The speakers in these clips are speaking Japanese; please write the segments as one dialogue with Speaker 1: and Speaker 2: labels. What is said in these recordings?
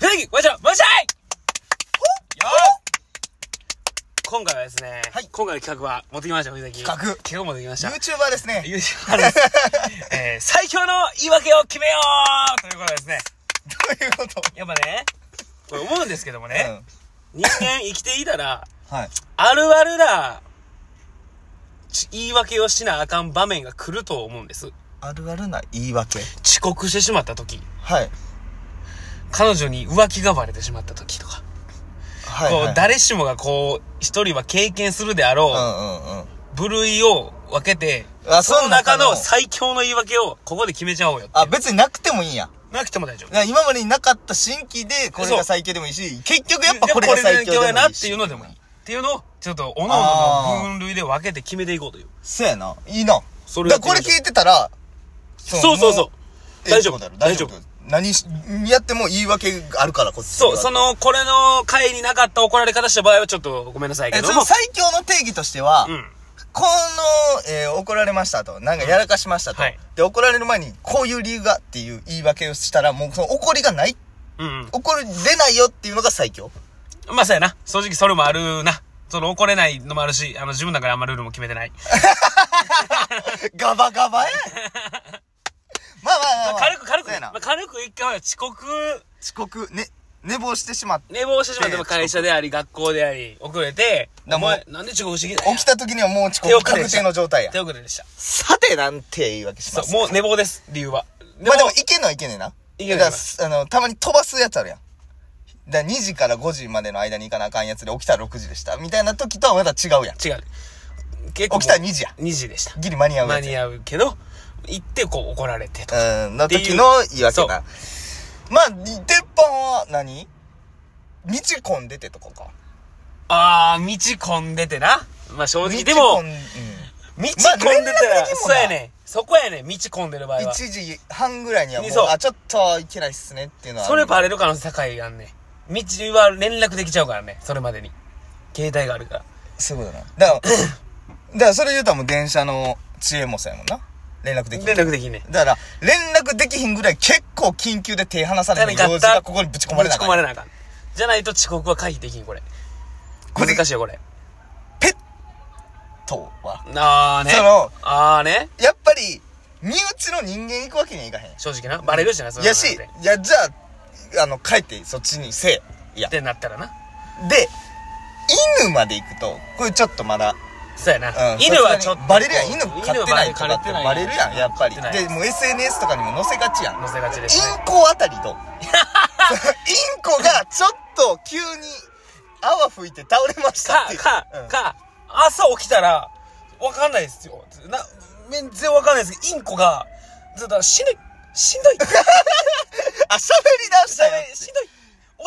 Speaker 1: 出てきこちらマジよ今回はですね、
Speaker 2: はい
Speaker 1: 今回の企画は持ってきました、藤崎。
Speaker 2: 企画
Speaker 1: 企画持ってきました。
Speaker 2: YouTuber ですね。
Speaker 1: 優勝 です。えー、最強の言い訳を決めようということですね。
Speaker 2: どういうこと
Speaker 1: やっぱね、これ思うんですけどもね、人間生きていたら、
Speaker 2: うんはい。
Speaker 1: あるあるな、ち言い訳をしなあかん場面が来ると思うんです。
Speaker 2: あるあるな言い訳。
Speaker 1: 遅刻してしまった時、
Speaker 2: はい。
Speaker 1: 彼女に浮気がバレてしまった時とか、
Speaker 2: はい、はい。
Speaker 1: こう、誰しもがこう、一人は経験するであろう、
Speaker 2: うんうんうん。
Speaker 1: 部類を分けて、
Speaker 2: あ
Speaker 1: その中
Speaker 2: その中
Speaker 1: の
Speaker 2: の
Speaker 1: 最強の言い訳をここで決めちゃおうよってい
Speaker 2: あ、
Speaker 1: う。
Speaker 2: 別になくてもいいんや。
Speaker 1: なくても大丈夫。
Speaker 2: な今までになかった新規でこれが最強でもいいし、結局やっぱこれが最強でもいいし。
Speaker 1: やなっていうのでもいい。っ。ていうのを、ちょっと、おのの分類で分けて決めていこうという。
Speaker 2: そうやな。いいな。
Speaker 1: そ
Speaker 2: そ
Speaker 1: れ
Speaker 2: れ
Speaker 1: や
Speaker 2: だ
Speaker 1: って
Speaker 2: か
Speaker 1: みま
Speaker 2: らこ
Speaker 1: しょう
Speaker 2: れ聞いてたら、そ
Speaker 1: そうそうそう
Speaker 2: も。う
Speaker 1: 大丈夫
Speaker 2: ええことやろ
Speaker 1: 大丈夫
Speaker 2: ことやろ何し、やっても言い訳があるからこそ。
Speaker 1: そう、その、これの回になかった怒られ方した場合はちょっとごめんなさい
Speaker 2: え、
Speaker 1: けど
Speaker 2: そ
Speaker 1: も
Speaker 2: の。最強の定義としては、
Speaker 1: うん。
Speaker 2: この、えー怒られましたと、なんかやらかしましたと、
Speaker 1: はい
Speaker 2: で、怒られる前に、こういう理由がっていう言い訳をしたら、もうその怒りがない、
Speaker 1: うん。
Speaker 2: 怒れないよっていうのが 最強。
Speaker 1: まあ、そうやな。正直それもあるな。その、怒れないのもあるし、あの、自分の中であんまルールも決めてない。
Speaker 2: ガバガ バやんまあまあまあ、まあ、
Speaker 1: 軽く軽く
Speaker 2: そう
Speaker 1: ね。
Speaker 2: やな
Speaker 1: まあ軽く一回は遅刻、
Speaker 2: 遅刻、ね、寝坊してしまって。
Speaker 1: 寝坊してしまっても
Speaker 2: ええ遅刻
Speaker 1: 会社であり、学校であり、遅れて、
Speaker 2: だ
Speaker 1: お
Speaker 2: もう
Speaker 1: 前、なんで遅刻してきたんや
Speaker 2: 起きた時にはもう遅
Speaker 1: 手
Speaker 2: 刻
Speaker 1: 遅れで
Speaker 2: 確
Speaker 1: した
Speaker 2: 定の状態や
Speaker 1: 手。遅れでした。
Speaker 2: さて、なんて言い訳し
Speaker 1: そ
Speaker 2: ま
Speaker 1: う、
Speaker 2: す。
Speaker 1: もう寝坊です、理由は。で
Speaker 2: まあでも、いけんのはいけねえな。
Speaker 1: いけんの
Speaker 2: だ
Speaker 1: は
Speaker 2: からすあの、たまに飛ばすやつあるやん。だから2時から5時までの間に行かなあかんやつで起きたら6時でした。みたいな時とはまた違うやん。
Speaker 1: 違う。結
Speaker 2: 起きたら2時や。
Speaker 1: 2時でした。
Speaker 2: ギリ間に合う
Speaker 1: 間
Speaker 2: やつ
Speaker 1: に
Speaker 2: や。
Speaker 1: 合うけど、行ってこう怒られてと。
Speaker 2: うん、の時の言い訳な。まあ、鉄板は何道混んでてとかか。
Speaker 1: あー、道混んでてな。まあ正直で
Speaker 2: 道
Speaker 1: も
Speaker 2: 混ん、うん。
Speaker 1: 道混んでたら、
Speaker 2: まあ連絡できんもん
Speaker 1: そ
Speaker 2: な
Speaker 1: うやね。そこやね、道混んでる場合は。
Speaker 2: 1時半ぐらいにはもう
Speaker 1: そう、
Speaker 2: あ、ちょっといけないっすねっていうのはあ
Speaker 1: そ
Speaker 2: る。
Speaker 1: れバレる可能性高いやんね。道は連絡できちゃうからね、それまでに。携帯があるから。
Speaker 2: そういうことな。だから、だからそれ言うたらもう電車の遅延もそうやもんな。連絡できん
Speaker 1: 連絡できんね。
Speaker 2: だから、連絡できひんぐらい結構緊急で手離される
Speaker 1: 何かあ
Speaker 2: 用
Speaker 1: っ
Speaker 2: 事
Speaker 1: た
Speaker 2: がここにぶち込まれな
Speaker 1: ぶ
Speaker 2: か
Speaker 1: ち込ま
Speaker 2: っ
Speaker 1: れなあかん。じゃないと遅刻は回避できん、これ。
Speaker 2: これ
Speaker 1: 難しいよ、これ。
Speaker 2: ペットは。
Speaker 1: あーね。
Speaker 2: その
Speaker 1: あーね。
Speaker 2: やっぱり、身内の人間行くわけにはいかへんやん。
Speaker 1: 正直な。バレるしな、それ
Speaker 2: いやし、いや、じゃあ、あの、帰ってそっちにせえ。いや
Speaker 1: っ。てなったらな。
Speaker 2: で、犬まで行くと、これちょっとまだ、
Speaker 1: そうやな
Speaker 2: う。ん
Speaker 1: 犬はちょっと。
Speaker 2: バレるやん。犬飼ってないとかって
Speaker 1: 犬は
Speaker 2: バレるやん、やっぱり。
Speaker 1: 飼って
Speaker 2: で、
Speaker 1: ない
Speaker 2: もう SNS とかにも載せがちやん。
Speaker 1: 乗せがちですね
Speaker 2: インコあたりどうインコがちょっと急に泡吹いて倒れました
Speaker 1: か
Speaker 2: ってい、う。
Speaker 1: か
Speaker 2: う、ん
Speaker 1: か、朝起きたら、わかんないですよ。な、全然わかんないですけど、インコが、ずっと死ね、しんどい。
Speaker 2: あ、喋り出したよって。
Speaker 1: しんどい。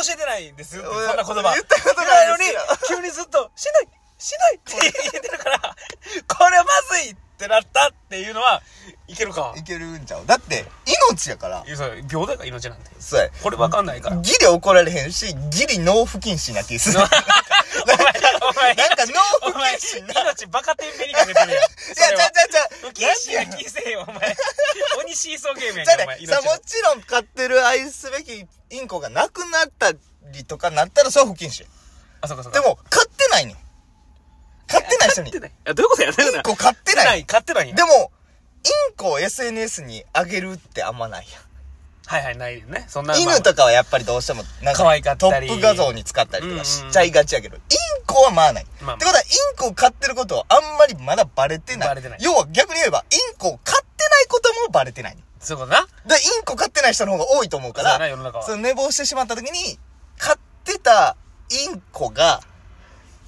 Speaker 1: 教えてないんですよ。
Speaker 2: うん
Speaker 1: そんな言葉。
Speaker 2: 言ったことない
Speaker 1: 言っ
Speaker 2: ですよ
Speaker 1: てないのに、急にずっと、しんどいしんどいって言ってるから、これまずいってなったっていうのは、いけるか
Speaker 2: い。けるんちゃうだって、命やから
Speaker 1: い。やそう秒だから命なんて。
Speaker 2: そうや。
Speaker 1: これわかんないから。
Speaker 2: ギリ怒られへんし、ギリ納付禁止な気 する。なんか、
Speaker 1: お前、
Speaker 2: なんか
Speaker 1: お
Speaker 2: 納
Speaker 1: 前、
Speaker 2: 付禁止な。い
Speaker 1: 命バカ天秤にかけてるやん。
Speaker 2: や、ちゃうちゃうちゃう。
Speaker 1: 不謹慎な気せえよ、お前。鬼シーソーゲームやん
Speaker 2: じゃ
Speaker 1: け、
Speaker 2: あ
Speaker 1: お前。
Speaker 2: ね、さ
Speaker 1: 命の
Speaker 2: もちろん飼ってる愛すべきインコがなくなったりとかなったらそれは不謹慎。
Speaker 1: あ、そうかそうか。
Speaker 2: で、も、飼ってないねん。飼ってない人
Speaker 1: 勝
Speaker 2: に。イ
Speaker 1: ってない。あ、どういうことや、どういう
Speaker 2: ン
Speaker 1: こと
Speaker 2: コ飼ってない。
Speaker 1: 勝ってない、勝ってないやん
Speaker 2: でも、インコを SNS に上げるってあんまない
Speaker 1: はいはい、ないよね。そんな
Speaker 2: やん。犬とかはやっぱりどうしても、なん
Speaker 1: 可愛かっ
Speaker 2: ト
Speaker 1: たり
Speaker 2: ップ画像に使ったりと
Speaker 1: うんう
Speaker 2: か
Speaker 1: ん
Speaker 2: しちゃいがちやけど、インコはまあない。
Speaker 1: まあ
Speaker 2: ってことは、インコを飼ってることはあんまりまだバレてない。
Speaker 1: バレてない
Speaker 2: 要は逆に言えば、インコを飼ってないこともバレてないねん。
Speaker 1: そういうことな。
Speaker 2: で、インコ飼ってない人の方が多いと思うか
Speaker 1: そうやな世の中
Speaker 2: ら、
Speaker 1: は
Speaker 2: その寝坊してしまった時に、飼ってたインコが、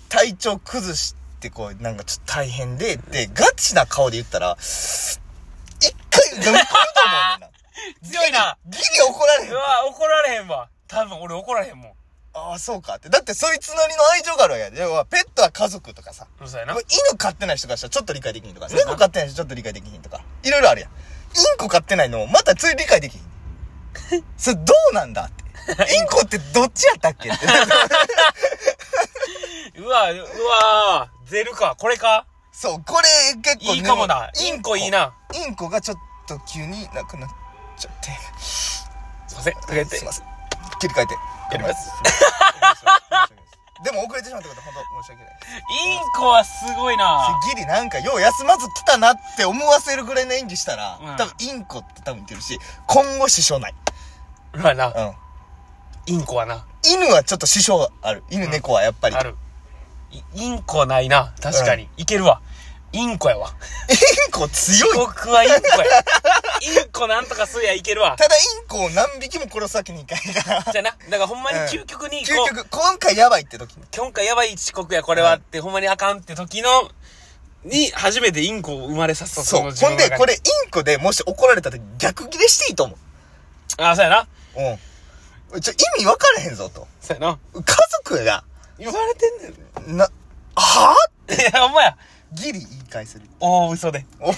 Speaker 2: 体調崩して、こう、なんかちょっと大変で、で、ガチな顔で言ったら、一回飲み込むと思うねんな。
Speaker 1: 強いな。
Speaker 2: ギリ怒られへ。
Speaker 1: うんわ、怒られへんわ。多分俺怒られへんもん。
Speaker 2: ああ、そうかって。だってそいつなりの愛情があるわけやで。要は、ペットは家族とかさ。
Speaker 1: うんそうやな。
Speaker 2: 犬
Speaker 1: う
Speaker 2: 飼ってない人からしたらちょっと理解できひんとか、
Speaker 1: そうやな
Speaker 2: 猫飼ってない人ちょっと理解できひんとか、いろいろあるやん。インコ飼ってないのもまたつい理 解できひん。それどうなんだって。インコってどっちやったっ けって。
Speaker 1: わ、うわ、出るか。これか。
Speaker 2: そう、これ結構
Speaker 1: いいかもな。
Speaker 2: で
Speaker 1: インコいい。な。
Speaker 2: インコがちょっと急になくなっちゃって。
Speaker 1: すいません。かけて
Speaker 2: すい。ません。切り替えて
Speaker 1: やります
Speaker 2: でも遅れてしまったこと本当申し訳ないです
Speaker 1: インコはすごいな
Speaker 2: ギリなんかよう休まず来たなって思わせるぐらいの演技したら、
Speaker 1: うん
Speaker 2: 多分インコって多分似てるし今後支障ない、
Speaker 1: まあな
Speaker 2: うん、
Speaker 1: インコはな
Speaker 2: 犬はちょっと支障ある犬猫はやっぱり、
Speaker 1: あるいインコはないな確かに、いけるわインコやわ
Speaker 2: インコ強い
Speaker 1: 僕はインコやインコなんとかすりゃいけるわ
Speaker 2: ただインコを何匹も殺すわけにいかないから
Speaker 1: じゃあなだからほんまに
Speaker 2: うん
Speaker 1: 究極に
Speaker 2: 究
Speaker 1: こう、
Speaker 2: 極今回やばいって時に
Speaker 1: 今回やばい遅刻やこれはって、ほんまにあかんって時のに初めてインコを生まれさせた
Speaker 2: そう
Speaker 1: の自
Speaker 2: ほ
Speaker 1: 分
Speaker 2: ん
Speaker 1: の中
Speaker 2: で
Speaker 1: に
Speaker 2: これインコでもし怒られたら逆ギレしていいと思う
Speaker 1: あそうやな
Speaker 2: うんちょ意味分からへんぞと
Speaker 1: そうやな
Speaker 2: 家族が
Speaker 1: 言われてんねん
Speaker 2: なはぁ
Speaker 1: いや、お前や。
Speaker 2: ギリ言い返せる
Speaker 1: おお、嘘で。
Speaker 2: お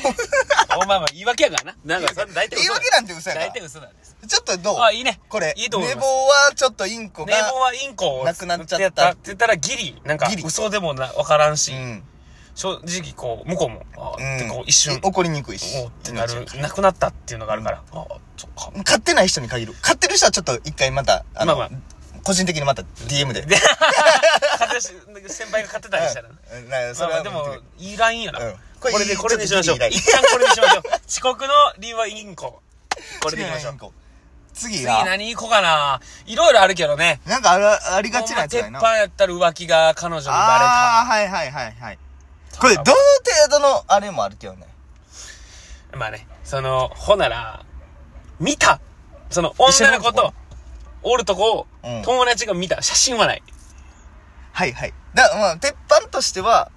Speaker 1: お前は言い訳やからな。なんか、それ大体
Speaker 2: 言
Speaker 1: 嘘
Speaker 2: い
Speaker 1: だ。
Speaker 2: 訳なんて嘘やか
Speaker 1: 大
Speaker 2: ら
Speaker 1: 体嘘なんです。
Speaker 2: ちょっとどう
Speaker 1: あ、いいね。
Speaker 2: これ
Speaker 1: いいと思い
Speaker 2: 寝
Speaker 1: ま
Speaker 2: 坊
Speaker 1: す。
Speaker 2: はちょっとインコ
Speaker 1: 寝坊
Speaker 2: が
Speaker 1: はインコを。
Speaker 2: なくなっちゃった
Speaker 1: って言ったらギリ、なんか
Speaker 2: ギリ
Speaker 1: 嘘でもな、わからん
Speaker 2: う
Speaker 1: し、
Speaker 2: ん
Speaker 1: 正直こう、向こうも、あ
Speaker 2: うん
Speaker 1: ーってこう一瞬、お
Speaker 2: 怒りにくいし
Speaker 1: ーってなる、なくなったっていうのがあるから。あー、そっ か。
Speaker 2: 買ってない人に限る買ってる人はちょっと一回またあの、
Speaker 1: まあま
Speaker 2: 個人的にまた DM で
Speaker 1: で、勝手し先輩が勝てたりしたらね。
Speaker 2: うんなそ
Speaker 1: まあ
Speaker 2: れ
Speaker 1: まあ
Speaker 2: は
Speaker 1: でも
Speaker 2: もう、
Speaker 1: いいラインやな。
Speaker 2: うん
Speaker 1: これで、これでしましょう。
Speaker 2: ちょっと
Speaker 1: 一旦これでしましょう。遅刻の理由はインコ。これでいきましょう。
Speaker 2: 次
Speaker 1: 次
Speaker 2: が
Speaker 1: 何行こうかないろいろあるけどね。
Speaker 2: なんかあるありがちなやつ
Speaker 1: 鉄
Speaker 2: やな
Speaker 1: 板やったら浮気が彼女にバ
Speaker 2: ああはいはいはいはいこれどの程度のあれもあるけどね
Speaker 1: レた。まあね、その、ほなら、見たその、女の子と、おるとこを、
Speaker 2: うん
Speaker 1: 友達が見た。写真はない。
Speaker 2: はいはいだまあ鉄板としては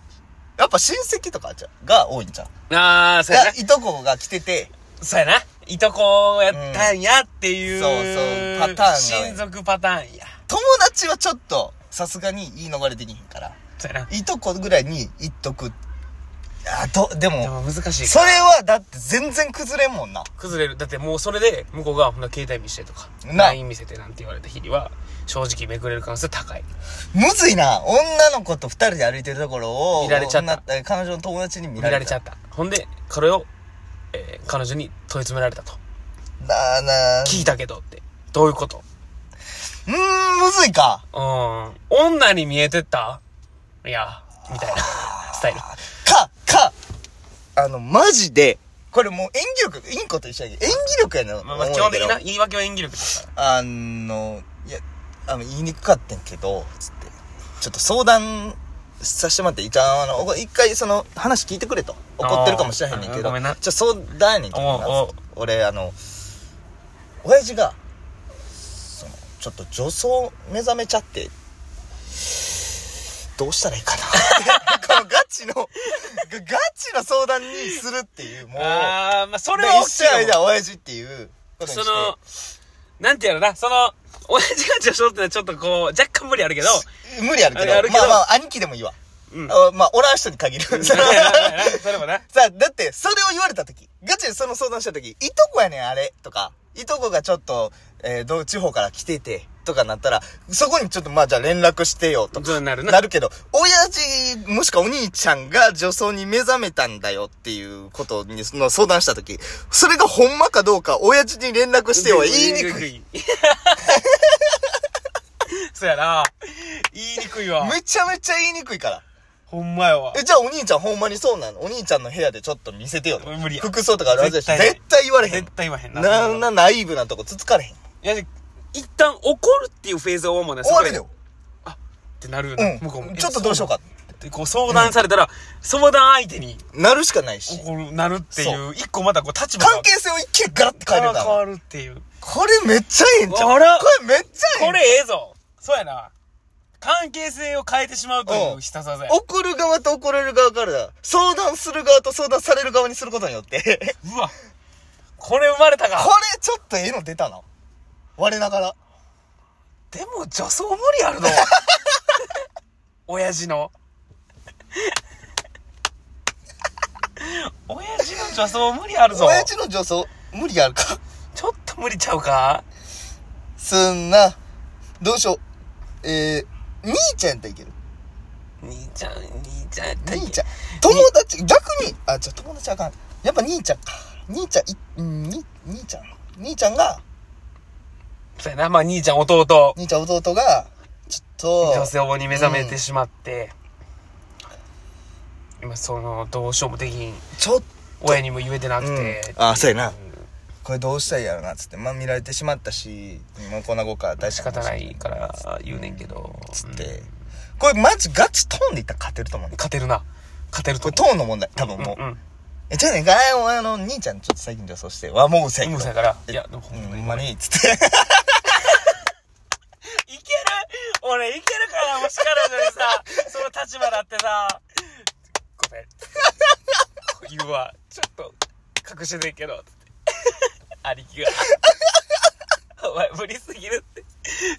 Speaker 2: やっぱ親戚とかじゃが多いんじゃん
Speaker 1: あー、そうや
Speaker 2: が
Speaker 1: な。
Speaker 2: いとこが来てて
Speaker 1: そうやな。いとこやったんやっていう、
Speaker 2: うんそうそうパターンが
Speaker 1: 親族パターンや。
Speaker 2: 友達はちょっとさすがに言い逃れできへんから
Speaker 1: そうやな。
Speaker 2: いとこぐらいに言っとくあとで
Speaker 1: でも
Speaker 2: も
Speaker 1: 難しい。
Speaker 2: それはだって全然崩れんもんな
Speaker 1: 崩れる。だってもうそれで、向こうが、ほな、携帯見してとか、
Speaker 2: な
Speaker 1: LINE 見せてなんて言われた日には、正直めくれる可能性高い。
Speaker 2: むずいな女の子と二人で歩いてるところを
Speaker 1: 見られちゃった
Speaker 2: 女え彼女の友達に見
Speaker 1: 見
Speaker 2: ら
Speaker 1: ら
Speaker 2: れ
Speaker 1: れ
Speaker 2: ち
Speaker 1: ち
Speaker 2: ゃ
Speaker 1: ゃ
Speaker 2: っ
Speaker 1: った。ほんで、これを、えー彼女に問い詰められたと。
Speaker 2: たなあなあ
Speaker 1: 聞いたけどって。どういうこと
Speaker 2: うーんむずいか
Speaker 1: うーん。女に見えてったいや、みたいな、 スタイル。
Speaker 2: か、か、あの、マジで、これもう演技力、インコと一緒やけど、演技力やな。
Speaker 1: まあまあ、
Speaker 2: 思
Speaker 1: 基
Speaker 2: うんや
Speaker 1: 本
Speaker 2: け
Speaker 1: 的
Speaker 2: ど
Speaker 1: な。言い訳は演技力ですから。
Speaker 2: あの、いや、あの、言いにくかったんけど、つって、ちょっと相談させてもらっていいかなあの、お一回その、話聞いてくれと。怒ってるかもしれへんねんけ
Speaker 1: あー
Speaker 2: ど、
Speaker 1: ごめんな
Speaker 2: ちょ、相談やねんけどな
Speaker 1: おうおう
Speaker 2: 俺、あの、親父が、その、ちょっと女装目覚めちゃって、どうしたらいいかな このガチの、ガチの相談にするっていう、もう、
Speaker 1: あー、まあ、それ
Speaker 2: で
Speaker 1: は
Speaker 2: 一緒や
Speaker 1: 大きいよ
Speaker 2: 間親父っていうことにし
Speaker 1: そ
Speaker 2: て。
Speaker 1: の、なんてやろな、その、親父が女装ってのはちょっとこう、若干無理あ るけど、
Speaker 2: 無理あるけど。
Speaker 1: あるけど
Speaker 2: まあまあ、兄貴でもいいわ。
Speaker 1: うん。
Speaker 2: あまあ、俺は人に限る。
Speaker 1: そ
Speaker 2: そ
Speaker 1: れ
Speaker 2: の
Speaker 1: も な、それもな。
Speaker 2: さあ、だって、それを言われた時ガチでその相談した時いとこやねん、あれ、とか、いとこがちょっと、えー、どう、地方から来てて、とかなったら、そこにちょっと、まあ、じゃあ連絡してよ、と
Speaker 1: そ
Speaker 2: か。
Speaker 1: うなるな
Speaker 2: なるけど、親父、もしくはお兄ちゃんが女装に目覚めたんだよっていうことに、その相談した時それがほんまかどうか、親父に連絡しては言いにくい。
Speaker 1: い。 そうやな。言いにくいわ。
Speaker 2: めちゃめちゃ言いにくいから。
Speaker 1: ほんまやわ。
Speaker 2: え、じゃあお兄ちゃんほんまにそうなのお兄ちゃんの部屋でちょっと見せてよと。
Speaker 1: 無理や
Speaker 2: 服装とかあるはずやし、
Speaker 1: 絶対ない
Speaker 2: 絶対言われへん
Speaker 1: 絶。対言わへんな。
Speaker 2: な、な、ナイーブなとこつつかれへん。
Speaker 1: いや、一旦怒るっていうフェーズはもうね、
Speaker 2: 終わる
Speaker 1: そこ
Speaker 2: よ。
Speaker 1: でってなるよ
Speaker 2: う。
Speaker 1: ね、向こうんも。
Speaker 2: ちょっとどうしようか。
Speaker 1: ってこう相談されたら、相談相手に
Speaker 2: なるしかないし。
Speaker 1: 怒る、なるっていう、一個またこう立場が
Speaker 2: 関係性を一気にガラッて変えれるか
Speaker 1: 変
Speaker 2: ら。
Speaker 1: わるっていう。
Speaker 2: これめっちゃええんちゃう
Speaker 1: あら
Speaker 2: これめっちゃええん
Speaker 1: これええぞ。そうやな。関係性を変えてしまうという必殺技や。
Speaker 2: 怒る側と怒られる側からだ。相談する側と相談される側にすることによって。
Speaker 1: うわ。これ生まれた
Speaker 2: こ
Speaker 1: か。
Speaker 2: れちょっとええの出たな。我ながら。
Speaker 1: でも女装無理あ るの。親父の。親父の女装無理あるぞ。
Speaker 2: 親父の女装、無理あるか。
Speaker 1: ちょっと無理ちゃうか
Speaker 2: すんな。どうしよう。えー、兄ちゃんやったらいける。
Speaker 1: 兄ちゃん、兄ちゃんやったっけ
Speaker 2: 兄ちゃん。友達、逆に、あ、じゃ友達あかん。やっぱ兄ちゃんか。兄ちゃん、い、うん、に兄ちゃん。兄ちゃんが、
Speaker 1: そうやな。まあ、兄ちゃん、弟、
Speaker 2: 兄ちゃん弟が、ちょ
Speaker 1: 女
Speaker 2: っと、
Speaker 1: 性をに目覚めてしまって、今、その、どうしようもできん。
Speaker 2: ちょっ
Speaker 1: 親にも言えてなくて。
Speaker 2: うんあそうやなこれどうしたらいいやろなっつって、まあ見られてしまったし、もうこんな子か、大
Speaker 1: 仕方ないから言うねんけど。
Speaker 2: つっ
Speaker 1: うん
Speaker 2: て、これマジガチトーンでいったら勝てると思うね。
Speaker 1: 勝てるな。勝てる
Speaker 2: こと
Speaker 1: 思
Speaker 2: れトーンの問題、多分
Speaker 1: う。
Speaker 2: もう。
Speaker 1: うんうん。
Speaker 2: え、じゃあね、ガヤンはあの、兄ちゃんちょっと最近女装して、わ、もううせ
Speaker 1: う
Speaker 2: え
Speaker 1: むさや
Speaker 2: と
Speaker 1: から。いや、でもほ
Speaker 2: うんん
Speaker 1: ま
Speaker 2: ほ
Speaker 1: に
Speaker 2: ん。ま に、つって。
Speaker 1: いける俺いけるからもし彼女にさ、 その立場だってさ、ごめん。言うわ。ちょっと、隠してねえけど、つって。兄貴が。お前無理すぎるって。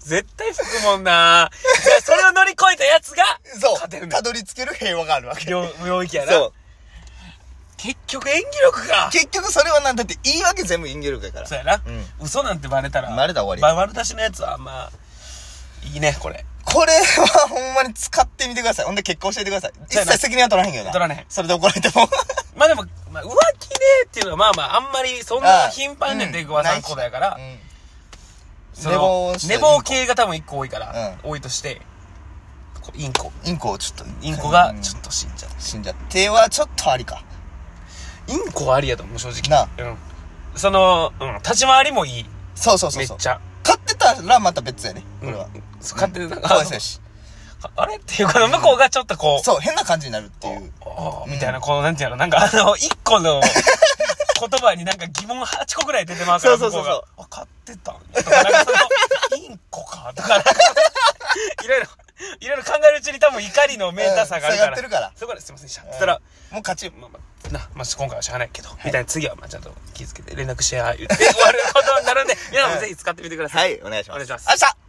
Speaker 1: 絶対吹くもんなじゃあそれを乗り越えたやつが、
Speaker 2: そう。
Speaker 1: 勝てるん
Speaker 2: たどり着ける平和があるわけ。
Speaker 1: 領領域やな。
Speaker 2: そう。
Speaker 1: 結局演技力か。
Speaker 2: 結局それはなんだって言い訳全部言い力やから。
Speaker 1: そうやな、
Speaker 2: うん
Speaker 1: 嘘なんてバレたら。
Speaker 2: バレたら終わ
Speaker 1: り。丸出しのやつは、まあ、いいね、これ。
Speaker 2: これはほんまに使ってみてください。ほんで結婚していてください。一
Speaker 1: そうやな
Speaker 2: 切責任は取らへんけどな。
Speaker 1: 取られへん
Speaker 2: それで怒られても。
Speaker 1: まあでも、まあ、浮気ねっていうのはまあまあ、あんまりそんな頻繁には出くわさんことやから、
Speaker 2: う
Speaker 1: そ
Speaker 2: ん
Speaker 1: の
Speaker 2: 寝坊して
Speaker 1: 寝坊系が多分一個多いから、
Speaker 2: う
Speaker 1: 多いとして、こうインコ。
Speaker 2: んインコをちょっと。
Speaker 1: インコがちょ
Speaker 2: っ
Speaker 1: っと死んじゃう
Speaker 2: と。死んじゃってはちょっとありか。
Speaker 1: インコはありやと思う、正直。
Speaker 2: な
Speaker 1: うん。その、うん、立ち回りもいい。
Speaker 2: そうそうそ
Speaker 1: め
Speaker 2: う
Speaker 1: っ
Speaker 2: そう。
Speaker 1: ちゃ。
Speaker 2: 買ってたらまた別やね。こ
Speaker 1: う
Speaker 2: れ
Speaker 1: ん
Speaker 2: は。。
Speaker 1: そう勝手になんか、
Speaker 2: かわいそうやし。
Speaker 1: ああれっていうか、向こうがちょっとこう、
Speaker 2: そう、変な感じになるっていう。
Speaker 1: おー
Speaker 2: うん
Speaker 1: みたいな、この、なんていうの、なんかあの、一個の言葉になんか疑問8個ぐらい出てますから、
Speaker 2: そうそうそうそう
Speaker 1: 向こがあ、買ってたんやとか、なんかその、インコか、とか、なんか、いろいろ、いろいろ考えるうちに多分怒りのメーターさがあるから。
Speaker 2: うん下がってるから
Speaker 1: そこですいませんでした。そしたら、
Speaker 2: もう勝ち。
Speaker 1: まあまあ、な、まあ、今回はしゃあないけど、みたいな、次は、まあ、ちゃんと気をつけて連絡しや、言って終わることになるんで、皆さんもぜひ使ってみてください。
Speaker 2: はい、お願いし
Speaker 1: お
Speaker 2: ます。
Speaker 1: 願いします
Speaker 2: 明日